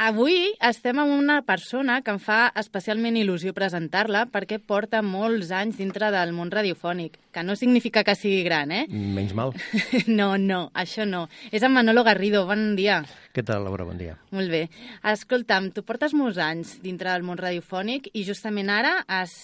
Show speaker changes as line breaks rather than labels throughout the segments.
Avui estem amb una persona que em fa especialment il·lusió presentar-la perquè porta molts anys dintre del món radiofònic, que no significa que sigui gran, eh?
Menys mal.
No, no, això no. És en Manolo Garrido, bon dia.
Què tal, Laura? Bon dia.
Molt bé. Escolta'm, tu portes molts anys dintre del món radiofònic i justament ara has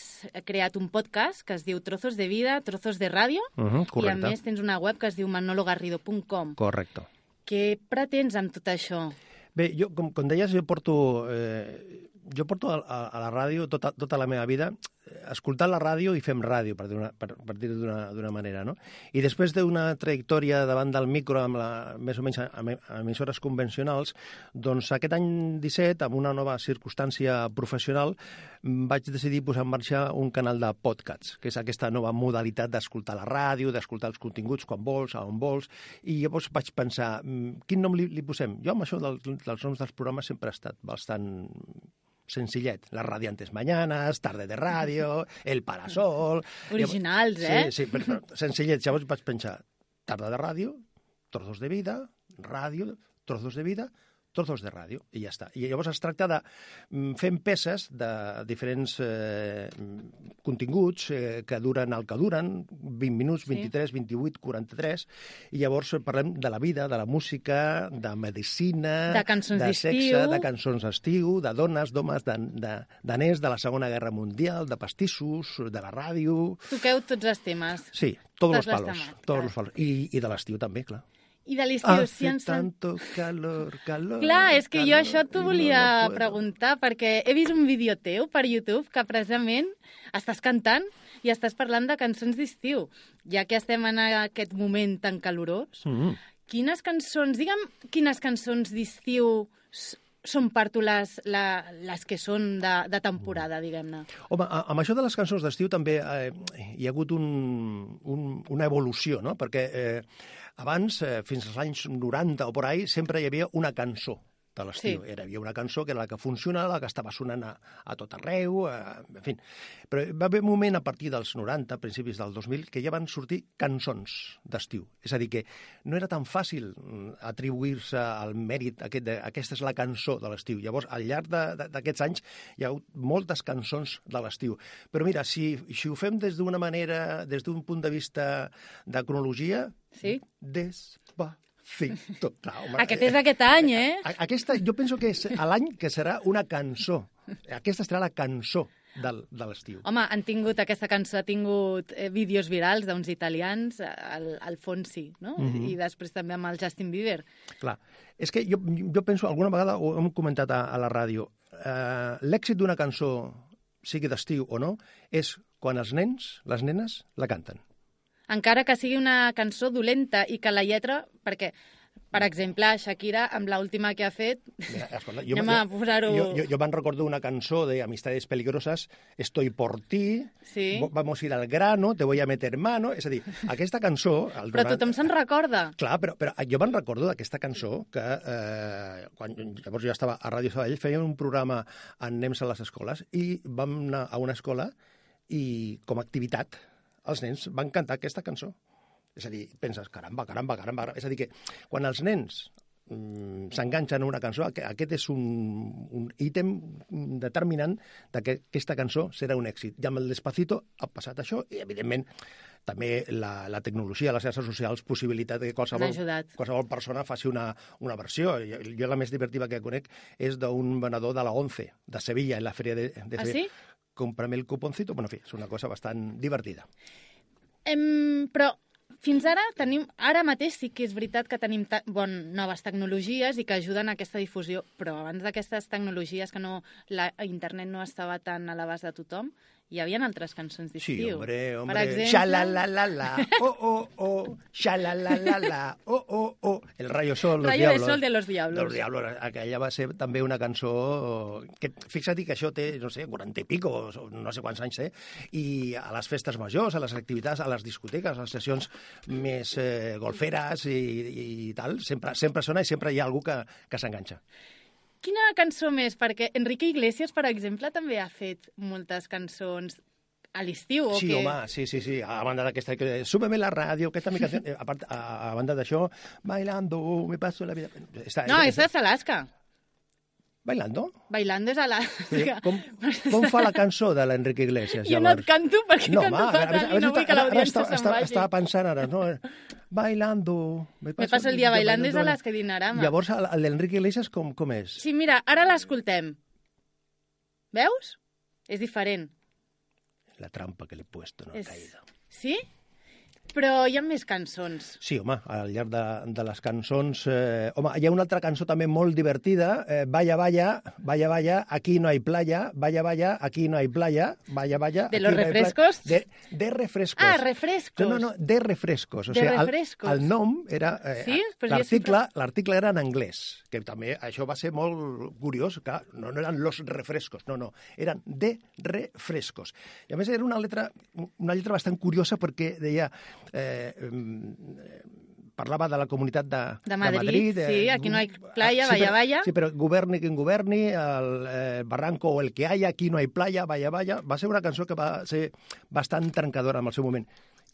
creat un podcast que es diu Trozos de vida, Trozos de ràdio,
Uh
i
-huh,
a
correcte.
més tens una web que es diu manologarrido.com.
Correcte.
Què pretens amb tot això?
Bé, jo, com, com deies, jo porto... Eh, jo porto a, a, a la ràdio tota, tota la meva vida eh, escoltant la ràdio i fem ràdio, per, dir una- per, per dir-ho d'una d'una manera, no? I després d'una trajectòria davant del micro amb la, més o menys amb amb emissores convencionals, doncs aquest any 17, amb una nova circumstància professional, mm, vaig decidir posar en marxa un canal de podcasts, que és aquesta nova modalitat d'escoltar la ràdio, d'escoltar els continguts quan vols, a on vols, i llavors vaig pensar, mm, quin nom li, li posem? Jo amb això dels, dels noms dels programes sempre he estat bastant senzillet. Las radiantes mañanas, tarde de radio, el parasol...
Originals, eh?
Sí, sí, però, però senzillet. Llavors vaig pensar, tarda de ràdio, trozos de vida, ràdio, trozos de vida, trozos de ràdio, i ja està. I llavors es tracta de mm, fem peces de diferents eh, mm, continguts eh, que duren el que duren, 20 minuts,
Sí.
23, 28, 43, i llavors parlem de la vida, de la música, de medicina,
De cançons
de sexe,
d'estiu.
de cançons d'estiu, de dones, d'homes, de, de, de nens, de la Segona Guerra Mundial, de pastissos, de la ràdio...
Toqueu tots els temes.
Sí, tots
Tots
los palos,
bastant, clar.
todos los palos. I, i de l'estiu també, clar.
I de l'estiu, si
Hace
ens...
tanto calor, calor...
Clar, és que jo
calor,
això
i
t'ho
no
volia
lo puedo.
preguntar, perquè he vist un vídeo teu per YouTube que precisament estàs cantant i estàs parlant de cançons d'estiu. Ja que estem en aquest moment tan calorós,
Mm.
quines cançons, digue'm, quines cançons d'estiu s- són per tu les, la, les que són de, de
Mm.
temporada, diguem-ne?
Home, a- amb això de les cançons d'estiu també eh, hi ha hagut un, un, una evolució, no? Perquè eh, abans, eh, fins als anys 90 o por ahí, sempre hi havia una cançó de l'estiu.
Sí.
Sí. Hi havia una cançó que era la que funcionava, la que estava sonant a, a tot arreu, eh, en fi. Però va haver un moment a partir dels 90, principis del 2000, que ja van sortir cançons d'estiu. És a dir, que no era tan fàcil mm, atribuir-se el mèrit aquest de, aquesta és la cançó de l'estiu. Llavors, al llarg de- de- d'aquests anys hi ha hagut moltes cançons de l'estiu. Però mira, si, si ho fem des d'una manera, des d'un punt de vista de cronologia,
Sí?
Despacito. Clar, home,
Aquest és aquest any, eh?
a- Aquesta, jo penso que és a l'any que serà una cançó. Aquesta serà la cançó del, de l'estiu.
Home, han tingut, aquesta cançó ha tingut eh, vídeos virals d'uns italians, eh, el, el Fonsi, no?
Mhm.
I després també amb el Justin Bieber.
Clar, és que jo, jo penso, alguna vegada ho hem comentat a, a la ràdio, eh, l'èxit d'una cançó, sigui d'estiu o no, és quan els nens, les nenes, la canten.
Encara que sigui una cançó dolenta i que la lletra... Perquè, per exemple, Shakira, amb l'última que ha fet...
Mira, escolta,
Anem a posar-ho-
jo, jo, jo me'n recordo una cançó de Amistades Peligrosas, Estoy por ti,
Sí.
vo- Vamos a ir al grano, Te voy a meter mano... És a dir, aquesta cançó... El
Però
noranta-
tothom se'n recorda.
Clar, però, però ah, jo me'n recordo d'aquesta cançó que eh, quan llavors jo estava a Ràdio Sabadell, feien un programa en Nems a les escoles i vam anar a una escola i com a activitat els nens van cantar aquesta cançó. És a dir, penses, caramba, caramba, caramba... caramba. És a dir, que quan els nens mm, s'enganxen a una cançó, aqu- aquest és un, un ítem determinant de que aquesta cançó serà un èxit. I amb el Despacito ha passat això i, evidentment, també la, la tecnologia, les xarxes socials, possibilitat que
Han
qualsevol,
ajudat.
qualsevol persona faci una, una versió. Jo, jo la més divertida que conec és d'un venedor de la 11, de Sevilla, en la feria de, de
Ah,
Sevilla.
sí?
Comprame el cuponcito. Bueno, en fi, és una cosa bastant divertida.
Em, però fins ara tenim... Ara mateix sí que és veritat que tenim ta- bon, noves tecnologies i que ajuden a aquesta difusió, però abans d'aquestes tecnologies que no, la internet no estava tan a l'abast de tothom, hi havia altres cançons d'estiu.
Sí, hombre, hombre.
Per exemple...
Xalalalala, oh, oh, oh, xalalalala, oh, oh, oh. El rayo sol, los
Rayo de
diablos.
sol de los diablos.
Los diablos. Aquella va ser també una cançó que, fixa't que això té, no sé, 40 i pico, o no sé quants anys té, i a les festes majors, a les activitats, a les discoteques, a les sessions més eh, golferes i, i tal, sempre, sempre sona i sempre hi ha algú que, que s'enganxa.
Quina cançó més? Perquè Enrique Iglesias, per exemple, també ha fet moltes cançons a l'estiu. o
Sí,
que...
home, sí, sí, sí, a banda d'aquesta... que- Súbeme la ràdio, aquesta mica... eh, A, part, a, a banda d'això, bailando, me paso la vida... Està,
No, aquesta és Alaska.
Bailando.
Bailando és a la...
Sí. Com, com fa la cançó de l'Enrique Iglesias,
Jo no et
llavors?
canto perquè
No,
canto
home,
fatal
ara-
i
ara-
no vull que
ara- ara
l'audiència
estava-
se'n
estava-
vagi.
Estaba pensant ara, no? Bailando. Me
Me passa el dia
yo
bailant des de
todo el-
les que dinarama.
Llavors, el, el d'Enrique Iglesias com, com és?
Sí, mira, ara l'escoltem. Veus? És diferent.
La trampa que le he puesto, no he
És...
caído.
Sí? Però hi ha més cançons.
Sí, home, al llarg de, de les cançons... Eh, home, hi ha una altra cançó també molt divertida, eh, Vaya, vaya, vaya, vaya, aquí no hay playa, vaya, vaya, aquí no hay playa, vaya, vaya...
De
aquí
los
no hay playa.
refrescos?
De, de refrescos.
Ah, refrescos.
No, no, no, de refrescos. O
De
sigui, el-
refrescos.
El, nom era... Eh,
Sí? Però jo
L'article
sempre-
l'article era en anglès, que també això va ser molt curiós, que no, no eren los refrescos, no, no, eren de refrescos. I a més era una lletra, una lletra bastant curiosa perquè deia... Eh, mm, eh, parlava de la comunitat de,
De Madrid,
de Ah,
sí, aquí no hay playa,
sí,
vaya,
però-
vaya.
Sí, però governi quien governi, el eh, barranco o el que haya, aquí no hay playa, vaya, vaya, va ser una cançó que va ser bastant trencadora en el seu moment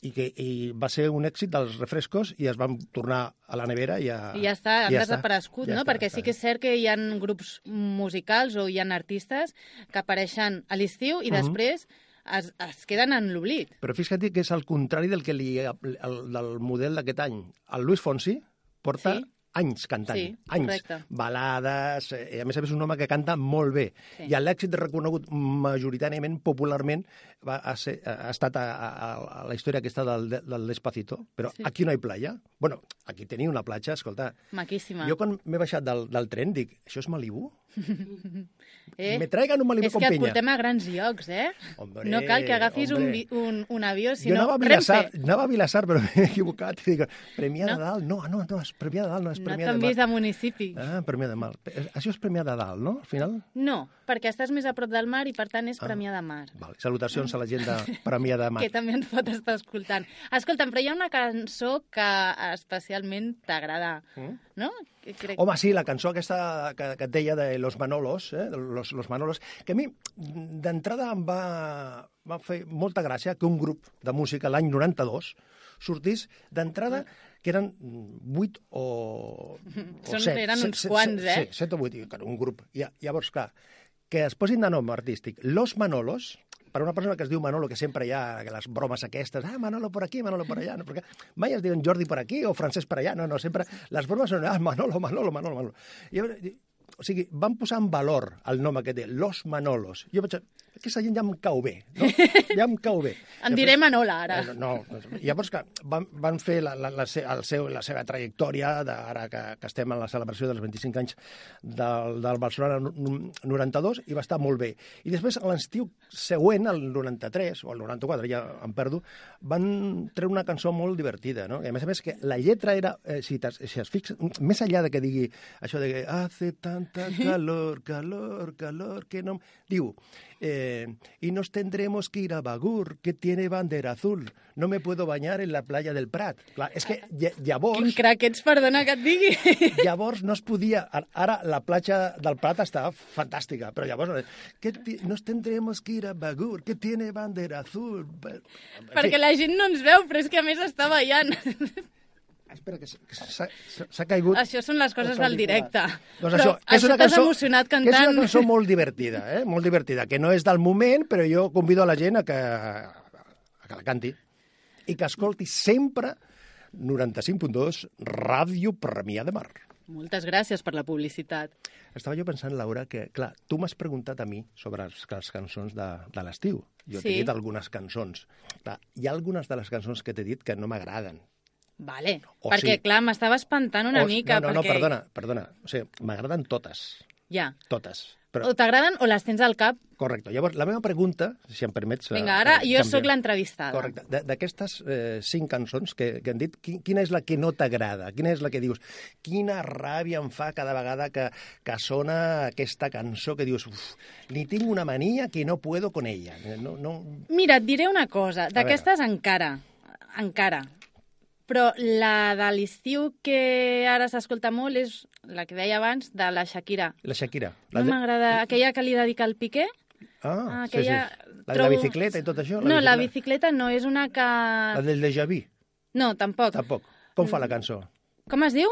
i que i va ser un èxit dels refrescos i es van tornar a la nevera i a...
I ja està, han desaparegut,
ah, Ja
no?
està,
Perquè
està.
sí que és cert que hi ha grups musicals o hi ha artistes que apareixen a l'estiu
Mhm.
i després es, es queden en l'oblit.
Però fixa't que és el contrari del, que li, el, del model d'aquest any. El Luis Fonsi porta
Sí.
sí. anys cantant,
Sí,
anys,
correcte.
balades, eh, i a més a més un home que canta molt bé.
Sí.
Sí. I l'èxit reconegut majoritàriament, popularment, va a ser, ha estat a, a, a la història aquesta del, del Despacito. Però
Sí.
sí. aquí no hi playa. bueno, aquí tenia una platja, escolta.
Maquíssima.
Jo quan m'he baixat del, del tren dic, això és Malibu?
eh?
Me traigan un Malibu
És
con
que et
piña.
portem a grans llocs, eh?
Hombre,
no cal que agafis un,
hombre.
vi- un, un avió,
Si jo
sinó
anava a Vilassar,
Renfe.
anava a Vilassar, però m'he equivocat. I dic, Premià
No.
de Dalt, no, no, no, és Premià de Dalt, no, és
No et
Premià de
canvis
Mar.
de municipi.
Ah, Premià de Mar. Eh, Això és Premià de Dalt, no, al final?
No, perquè estàs més a prop del mar i, per tant, és Premià de Mar.
Vale. Salutacions a la gent de Premià de Ah. Mar.
que també ens pot estar escoltant. Escolta'm, però hi ha una cançó que especialment t'agrada, mm? no? Que Crec...
Home, sí, la cançó aquesta que, que et deia de Los Manolos, eh? de los, los Manolos, que a mi d'entrada em va, va fer molta gràcia que un grup de música l'any 92 sortís d'entrada que eren 8 o, o
Són-
7.
eren uns quants, eh?
Sí, 7 o 8, que era un grup. Ja, llavors, clar, que es posin de nom artístic Los Manolos, per una persona que es diu Manolo, que sempre hi ha les bromes aquestes, ah, Manolo per aquí, Manolo per allà, no, perquè mai es diuen Jordi per aquí o Francesc per allà, no, no, sempre les bromes són, ah, Manolo, Manolo, Manolo, Manolo. I, llavors, o sigui, van posar en valor el nom aquest de Los Manolos. Jo vaig dir, aquesta gent ja em cau bé, no? Ja em cau bé.
Em diré Manola, ara.
Eh, No, no, llavors que van, van fer la, la, la, se- el seu, la seva trajectòria de, ara que, que estem en la celebració dels 25 anys del, del Barcelona nu- nu- 92 i va estar molt bé. I després a l'estiu següent, el 93 o el 94, ja em perdo, van treure una cançó molt divertida, no? I a més a més que la lletra era, eh, si, t'has- si es fixa, més enllà de que digui això de que hace tanta calor, calor, calor, que no... Diu, eh, y nos tendremos que ir a Bagur, que tiene bandera azul. No me puedo bañar en la playa del Prat. Clar, és que lla-
Quin
llavors,
crac ets, perdona que et digui.
llavors no es podia... Ar- Ara la platja del Prat està fantàstica, però llavors... eh, Que ti- nos tendremos que ir a Bagur, que tiene bandera azul. En fi,
perquè la gent no ens veu, però és que a més està ballant.
Espera, que s- que s'ha s'ha caigut...
Això són les coses
el
del directe.
particular. Doncs
Però
això, que és
això
una
t'has
cançó,
emocionat
que és
cantant.
una cançó molt divertida, eh? molt divertida, que no és del moment, però jo convido a la gent a que, a que la canti i que escolti sempre 95.2 Ràdio Premià de Mar.
Moltes gràcies per la publicitat.
Estava jo pensant, Laura, que, clar, tu m'has preguntat a mi sobre les, les cançons de, de l'estiu. Jo
Sí.
t'he dit algunes cançons. Clar, hi ha algunes de les cançons que t'he dit que no m'agraden.
Vale,
O
perquè,
sí.
clar, m'estava espantant una
O-
mica.
No,
perquè...
no, no, perdona, perdona. O sigui, m'agraden totes,
Ja.
totes. Però
O t'agraden o les tens al cap.
Correcte. Llavors, la meva pregunta, si em permets... eh,
Vinga, ara jo
canvio.
sóc l'entrevistada.
Correcte. De- D'aquestes eh, cinc cançons que, que han dit, qui- quina és la que no t'agrada? Quina és la que dius, quina ràbia em fa cada vegada que, que sona aquesta cançó que dius, uf, li tinc una mania que no puedo con ella. No, no...
Mira, et diré una cosa. D'aquestes encara, encara. Però la de l'estiu que ara s'escolta molt és la que deia abans, de la Shakira.
La Shakira. La
No m'agrada aquella que li dedica el Piqué.
Ah,
Ah,
sí, sí.
aquella-
La, de la
trobo-
bicicleta i tot això?
no, la bicicleta no, és una que...
La del déjà vu,
No, tampoc.
tampoc. Com fa la cançó?
Com es diu?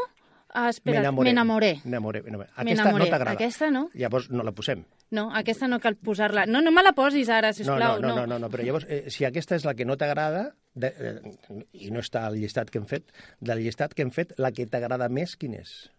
Ah, Mm. espera, m'enamoré.
M'enamoré. m'enamoré. Aquesta
M'enamoré.
no t'agrada.
Aquesta no.
Llavors no la posem.
No, aquesta no cal posar-la. No, no me la posis ara,
No, no,
sisplau.
no, no, no, no, però llavors, eh, si aquesta és la que no t'agrada, de- eh, i no està al llistat que hem fet, del llistat que hem fet, la que t'agrada més, quina és?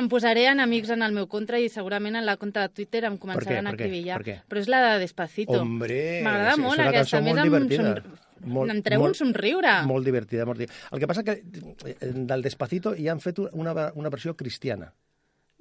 Em posaré enemics en el meu contra i segurament en la conta de Twitter em començaran a
Per què? Per què?
acribillar.
Per què? eh,
Però és la de Despacito.
Hombre,
M'agrada
és- és
molt
una
aquesta.
cançó
A més,
molt
em
divertida.
somri-
Molt-
em treu
molt-
un somriure.
Molt divertida, molt divertida. El que passa que eh, del Despacito ja han fet una, una versió cristiana,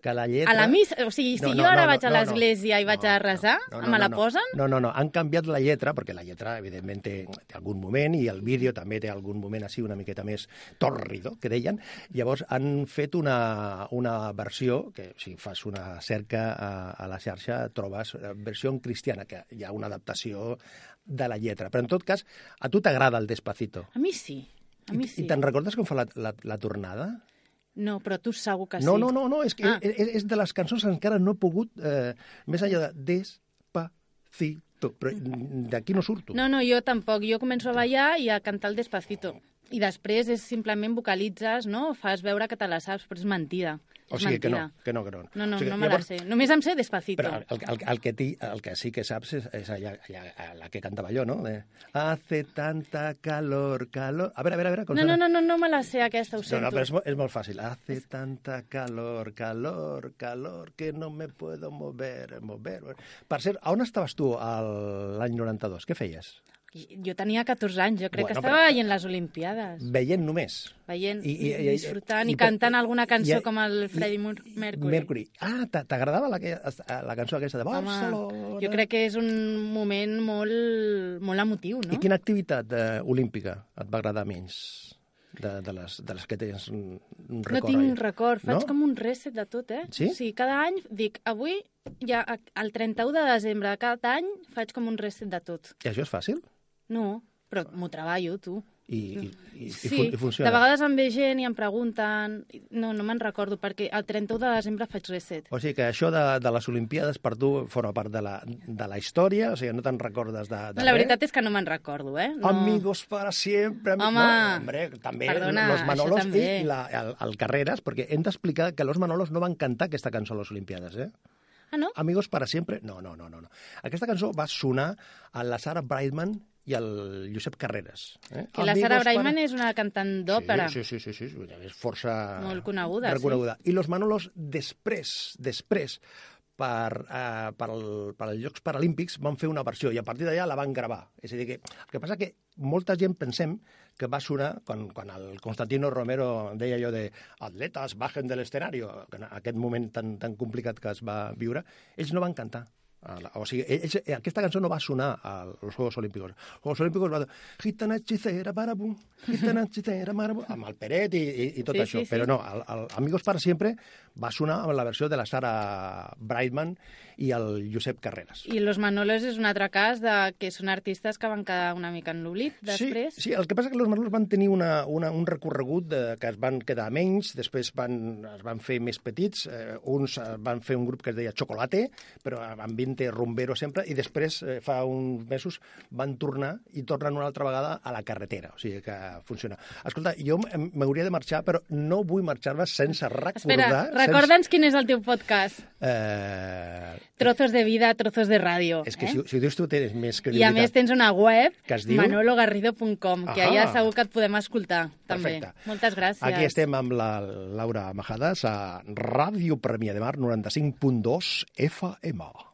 que la lletra...
A la missa, o sigui, si jo ara vaig a l'església i vaig a resar, me la
no,
posen?
No, no, no, han canviat la lletra, perquè la lletra, evidentment, té, té algun moment, i el vídeo també té algun moment així una miqueta més tòrrido, que deien. Llavors han fet una, una versió, que si fas una cerca a, a la xarxa trobes eh, versió en cristiana, que hi ha una adaptació de la lletra. Però, en tot cas, a tu t'agrada el Despacito.
A mi sí. A mi sí.
I te'n recordes com fa la, la, la tornada?
No, però tu segur que sí.
No, no, no, no és, que
Ah.
és, és de les cançons que encara no he pogut, eh, més enllà de despacito, però mm, d'aquí no surto.
No, no, jo tampoc. Jo començo a ballar i a cantar el Despacito. I després és simplement vocalitzes, no? Fas veure que te la saps, però és mentida.
o
És
sigui que no,
mentida.
que no, que no.
No, no,
o sigui,
no me la sé. Només em sé Despacito.
Però el, el, el, que ti, el que sí que saps és, és allà, allà, a la que cantava jo, no? De, Hace tanta calor, calor... A veure, a veure, a veure... com
No,
sona.
no, no, no, no me la sé aquesta, ho
No,
sento.
no, però és, mo- és molt fàcil. Hace tanta calor, calor, calor, que no me puedo mover, mover... mover. Per cert, a on estaves tu al- l'any 92? Què feies?
Jo tenia 14 anys, jo crec
Bueno,
que estava
però-
veient les Olimpiades,
Veient només.
veient,
I-
i,
i- i-
disfrutant i,
i-
cantant alguna cançó
i-
com el Freddie Mur- Mercury.
Mercury. Ah, t'a- t'agradava la, que- eh, la cançó aquesta de
Home,
Barcelona?
jo crec que és un moment molt, molt emotiu, no?
I quina activitat eh, olímpica et va agradar menys de, de, les, de les que tens un, un
no
record?
tinc
ahí?
record, faig
No?
com un reset de tot, eh?
Sí?
O sigui, cada any dic, avui, ja a- el 31 de desembre de cada any, faig com un reset de tot.
I això és fàcil?
No, però m'ho treballo, tu.
I, i, i, i,
Sí,
fun i funciona?
de vegades em ve gent i em pregunten... No, no me'n recordo, perquè el 31 de desembre faig reset.
O sigui que això de, de les Olimpiades per tu forma part de la, de la història, o sigui, no te'n recordes de, de
la
res?
veritat és que no me'n recordo, eh? No.
Amigos para siempre. ami-
Home,
no, hombre, també
perdona,
los Manolos
això també.
i la, el, el Carreras, perquè hem d'explicar que los Manolos no van cantar aquesta cançó a les Olimpiades, eh?
Ah, no?
Amigos para siempre, no, no, no, no. no. Aquesta cançó va sonar a la Sara Brightman i al Josep Carreras. Eh?
Que la Sara
Amigos
Braiman és una cantant d'òpera.
Sí, sí, sí, sí, sí, sí, és força...
Molt coneguda, sí.
Reconeguda. I Los Manolos, després, després, per, eh, per, el, per als Jocs Paralímpics van fer una versió i a partir d'allà la van gravar. És a dir, que el que passa que molta gent pensem que va sonar, quan, quan el Constantino Romero deia allò de atletes bajen del escenario, que en aquest moment tan, tan complicat que es va viure, ells no van cantar. A la- O sigui, ells, eh, aquesta cançó no va sonar als Juegos Olímpicos. Als Juegos Olímpicos va dir gitana hechicera, barabú, gitana hechicera, barabú, amb el Peret i, i, i tot
Sí,
això.
sí, sí.
Però no, el, el Amigos para Siempre va sonar amb la versió de la Sara Brightman i el Josep Carreras.
I Los Manolos és un altre cas de que són artistes que van quedar una mica en l'oblit després.
Sí, sí, el que passa que los Manolos van tenir una, una, un recorregut de, que es van quedar menys, després van, es van fer més petits, eh, uns eh, van fer un grup que es deia Chocolate, però van 20 rumberos sempre, i després, eh, fa uns mesos, van tornar i tornen una altra vegada a la carretera, o sigui que funciona. Escolta, jo m- m'hauria de marxar, però no vull marxar-me sense recordar...
Espera,
sense-
recorda'ns quin és el teu podcast.
Eh,
Trozos de vida, trozos de ràdio.
és que
eh?
si, si ho dius tu tens més
I a
credibilitat.
més tens una web,
Que es diu?
manologarrido.com, que
Ahà.
allà segur que et podem escoltar, també.
Perfecte.
Moltes gràcies.
Aquí estem amb la Laura Majadas a Ràdio Premià de Mar 95.2 FM.